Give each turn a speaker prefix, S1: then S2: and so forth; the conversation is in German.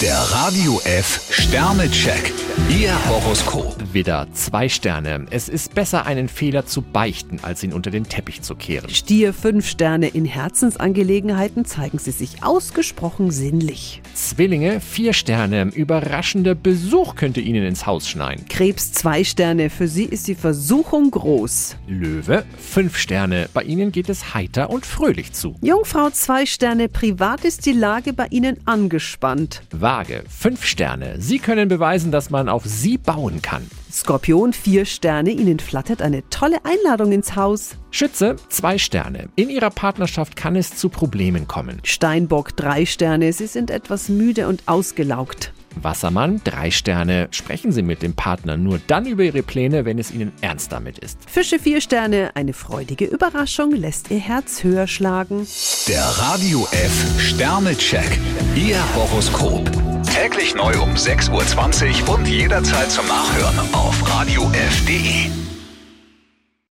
S1: Der Radio F Sternecheck. Ihr Horoskop.
S2: Widder, zwei Sterne. Es ist besser, einen Fehler zu beichten, als ihn unter den Teppich zu kehren.
S3: Stier fünf Sterne in Herzensangelegenheiten zeigen sie sich ausgesprochen sinnlich.
S2: Zwillinge, vier Sterne. Überraschender Besuch könnte ihnen ins Haus schneien.
S3: Krebs zwei Sterne, für sie ist die Versuchung groß.
S2: Löwe, fünf Sterne. Bei ihnen geht es heiter und fröhlich zu.
S3: Jungfrau zwei Sterne, privat ist die Lage bei ihnen angespannt.
S2: Waage, fünf Sterne. Sie können beweisen, dass man auf sie bauen kann.
S3: Skorpion vier Sterne, ihnen flattert eine tolle Einladung ins Haus.
S2: Schütze, zwei Sterne. In ihrer Partnerschaft kann es zu Problemen kommen.
S3: Steinbock drei Sterne, sie sind etwas müde und ausgelaugt.
S2: Wassermann, drei Sterne. Sprechen Sie mit dem Partner nur dann über Ihre Pläne, wenn es Ihnen ernst damit ist.
S3: Fische vier Sterne, eine freudige Überraschung lässt ihr Herz höher schlagen.
S1: Der Radio F Sternecheck. Ihr Horoskop. Täglich neu um 6.20 Uhr und jederzeit zum Nachhören auf Radio F.